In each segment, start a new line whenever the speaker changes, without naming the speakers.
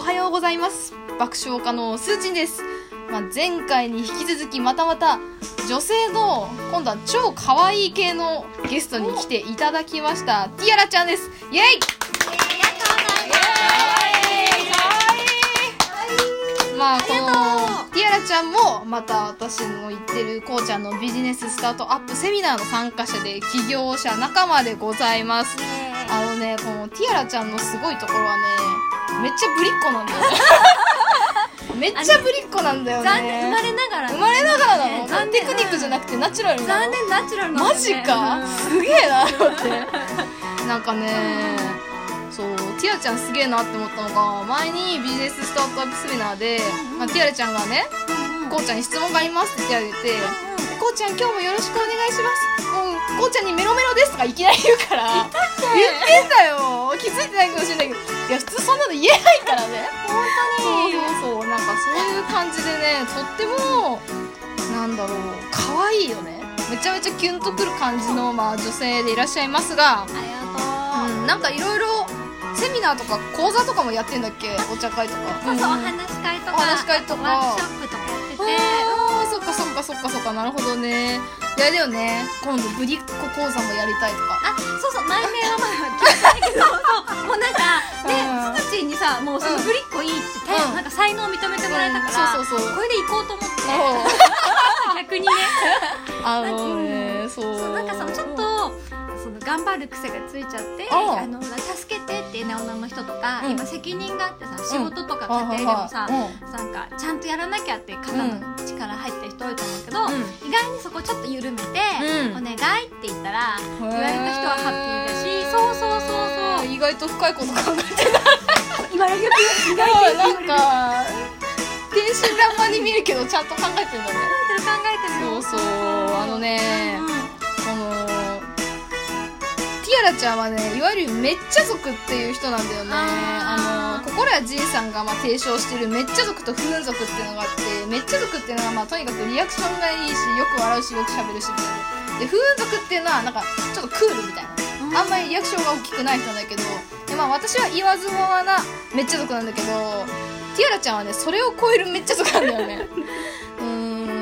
はようございます爆笑家のすーちんです、まあ、前回に引き続きまたまた女性の今度は超可愛い系のゲストに来ていただきましたティアラちゃんですイエイまあこのティアラちゃんもまた私の言ってるこうちゃんのビジネススタートアップセミナーの参加者で起業者仲間でございますあのねこのティアラちゃんのすごいところはねめっちゃぶりっ子なん だよねめっちゃぶりっ子なんだよね
残念生まれながら
生まれながらなの、
ね残念
テクニックじゃなくてナチュラルなの
残念ナチュラルなんだ
マ
ね
ジか、
うん
すげえなと思ってなんかねそうティアちゃんすげえなって思ったのが前にビジネススタートアップセミナーで、まあ、ティアラちゃんがね「こうちゃんに質問があります」って手挙げて「こうちゃん今日もよろしくお願いします」もう「こうちゃんにメロメロです」とかいきなり言うから言ってんだよ気づいてないかもしれないけどいや普通そんなの言えないからね
本当に
そうそうそうなんかそういう感じでねとってもなんだろう可愛いよねめちゃめちゃキュンとくる感じの、まあ、女性でいらっしゃいますが、
ありがとう
うん、なんかいろいろセミナーとか講座とかもやってんだっけお茶会とか
そうそうお
ん
話し会とか
お話し会とか
ワークショップとかやってて
あーそっかそっかそっかそっかなるほどねいやだよね今度ぶりっ子講座もやりたいとか
あそうそう前名はまだ聞いてないけどそうもうなん
う
か
ん
でスクチンにさもうその
うん
ぶりっ子いいってて
うん
なんか才能を認めてもらえたから
うんそうそうそう
こ れで行こうと思って逆にね
あのねそう
そうなんかさちょっとその頑張る癖がついちゃって
うん
あの助けてっていうね女の人とか
うん
今責任があってさ仕事とか
はいは
家
い
庭でもさ
はい
なんかちゃんとやらなきゃって肩の力入ってる人多いと思うけど、
う
意外にそこちょっと緩めて「
うん
お願い」って言ったら言われた人はハッピーだ
へー
しそうそうそう
意外と深いこと考えて る
そう言われるよ意
な
外と言われ
ん
る
か天真爛漫に見えるけどちゃんと考えてるんだね
考えてる
そうそうあのね
うん
このティアラちゃんはねいわゆるめっちゃ族っていう人なんだよねあ
あー
の心谷仁さんがまあ提唱してるめっちゃ族と不運族っていうのがあってめっちゃ族っていうのはまあとにかくリアクションがいいしよく笑うしよく喋るしみたいなで不運族っていうのはなんかちょっとクールみたいな
うん
あんまりリアクションが大きくない人だけどで、まあ、私は言わずもがなめっちゃ族なんだけどティアラちゃんはねそれを超えるめっちゃ族なんだよ ねうー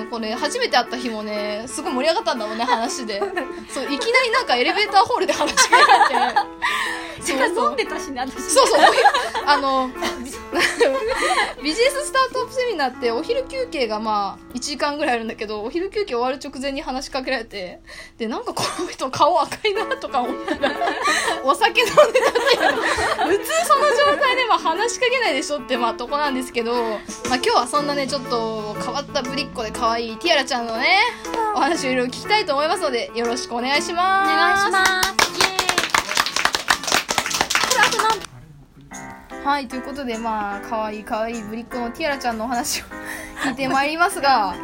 んこれ初めて会った日もねすごい盛り上がったんだもんね話でそういきなりなんかエレベーターホールで話しかけられて
てか飲んでたしね私
そうそうお昼あの ビジネススタートアップセミナーってお昼休憩がまあ1時間ぐらいあるんだけどお昼休憩終わる直前に話しかけられてでなんかこの人顔赤いなとか思ったらお酒飲んでたっていう普通その状態では話しかけないでしょってまあとこなんですけど、まあ、今日はそんなねちょっと変わったぶりっ子で可愛いティアラちゃんのねお話をいろいろ聞きたいと思いますのでよろしくお願いし
お
ます。
願いしますイエーイこれあと何
はい、ということで、まあ、可愛い可愛いぶりっ子のティアラちゃんのお話を聞いてまいり ますが、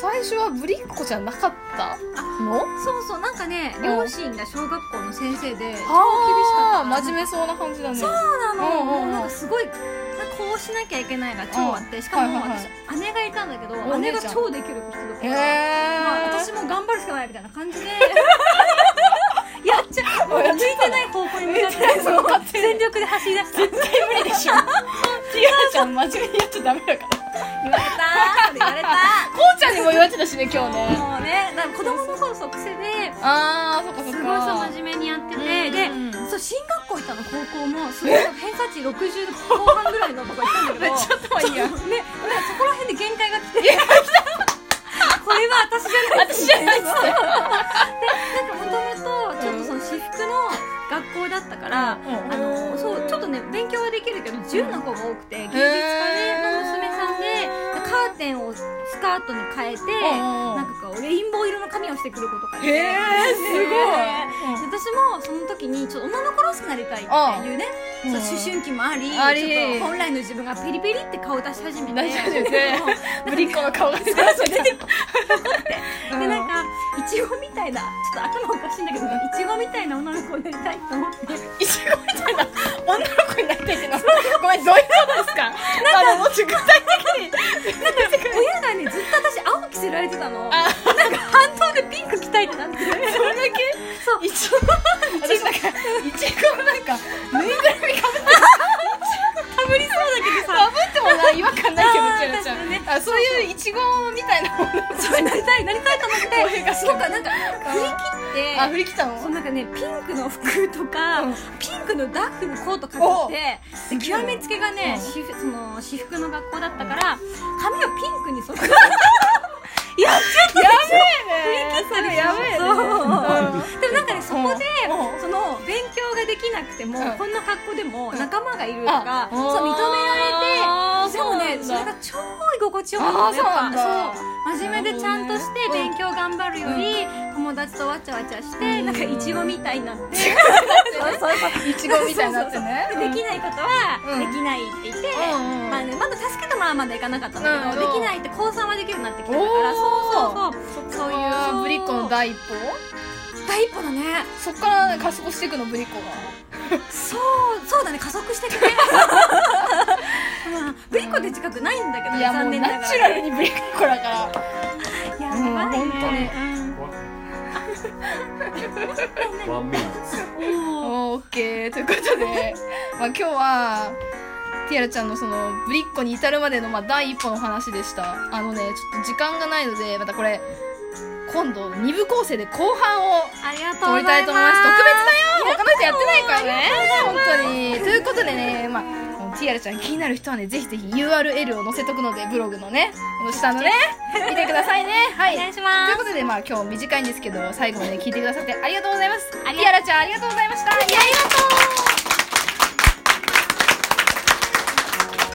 最初はぶりっ子じゃなかったの
そうそうなんかね
うん
両親が小学校の先生で
あ
あー
ー真面目そうな感じだね。
そうなの、
うんうんうん
もうなんかすごいなんかこうしなきゃいけないが超あってしかも
はいはいはい
私、姉がいたんだけど、
お姉
姉
ちゃ
が
ん
超できる人だか
へ
ら、まあ
ー。
私も頑張るしかないみたいな感 じでやっちゃうもう向いてない方向に向かって 全力で走り出した絶対無理でしょ
ティアラちゃん真面目にやっちゃダメだから。こ
言われたそれ言われた
うちゃんにも言われてたしね、今日ね。
もうねだから子供もそうそう癖で
あー、そっかそっか。
すごいそう真面目にやってて、で、
うん
そう進学校行ったの高校もすごい偏差値60後半ぐらいのとこ行ったんだけど
ちょっとはいいや
そうねだからそこら辺で限界が来て これは私じゃない
私じゃないっつって
なんかもともとちょっとその私服の学校だったから、
うん
あのそうちょっとね勉強はできるけど銃の子が多くて芸術家の娘さん
へ
でカーテンをスカートに変えて
うんうん
なんかこうレインボー色の髪をしてくる子とかいて
へーすごい
で私もその時にちょっと女の子らしくなりたいっていうね
う
そう
ん
思春期もあり
あり
ちょっと本来の自分がペリペリって顔出し始めて
出し始めて
そう
ぶりっ子の顔が出て
でなんかいちごみたいなちょっと頭おかしいんだけどいちごみたいな女の子になりたいと思って
いちごみたいな女の子になりたいってのはごめんどういうことですかなんかもうちょっと具体
親がねずっと私青着せられてたの
あ
なんか半島でピンク着たいってなってそれだけそう
的にいちご私なんかいちごなんかぬいぐるみかぶって
かぶりそうだけどさねピンクの服とか、
うん
ピンクのダッフのコート買って
お
で極めつけがね、私服その私服の学校だったから髪をピンクに染めてやっちゃった
やべえね
それ
やべえね
そうでもなんかねそこで、
うん
その勉強ができなくても、
うん
こんな格好でも
ん
仲間がいるとか、
あ
そう認めら
あ
れ
ー
てでもねそ
そう
れ
なんだ
が超居心地よかったの
あーそうなんだ
やっぱそう真面目でちゃんとして
なるほどね
勉強頑張るより、友達とわちゃわちゃして、なんかイチゴみたいになって、そうそうそう
いちごみたいになってね
そうそうそうできないことは
うん
できないって言って、
うんうん
まあね、まだ助けてもらうまでいかなかったんだけど、
うん
できないって高3はできるようになってきたから
おー
そうそうそうそういう
あーぶりっ子の第一歩
第一歩だね
そっから加速していくのぶりっ子が
そうそうだね加速してくれうんブリコって近くないんだけど、ね、
いやも
残
う
念ながら
ナチュラルにぶりっ子だから
やばいね
うん本当に
ワンミニッツ
オッケーということ で、まあ、今日はティアラちゃんのそのぶりっ子に至るまでのまあ第一歩の話でしたあのねちょっと時間がないのでまたこれ今度2部構成で後半を
ありがとうござ
撮りたいと思います特別だよ他の人やってないからね本当にということでねまあティアラちゃん気になる人はねぜひぜひ URL を載せとくのでブログのねこの 下のね見てくださいねはい
お願いし
と
ま
いう
す
ことでまあ今日短いんですけど最後まで聞いてくださってありがとうございます
ありが
ティアラちゃんありがとうございましたイエイありがとう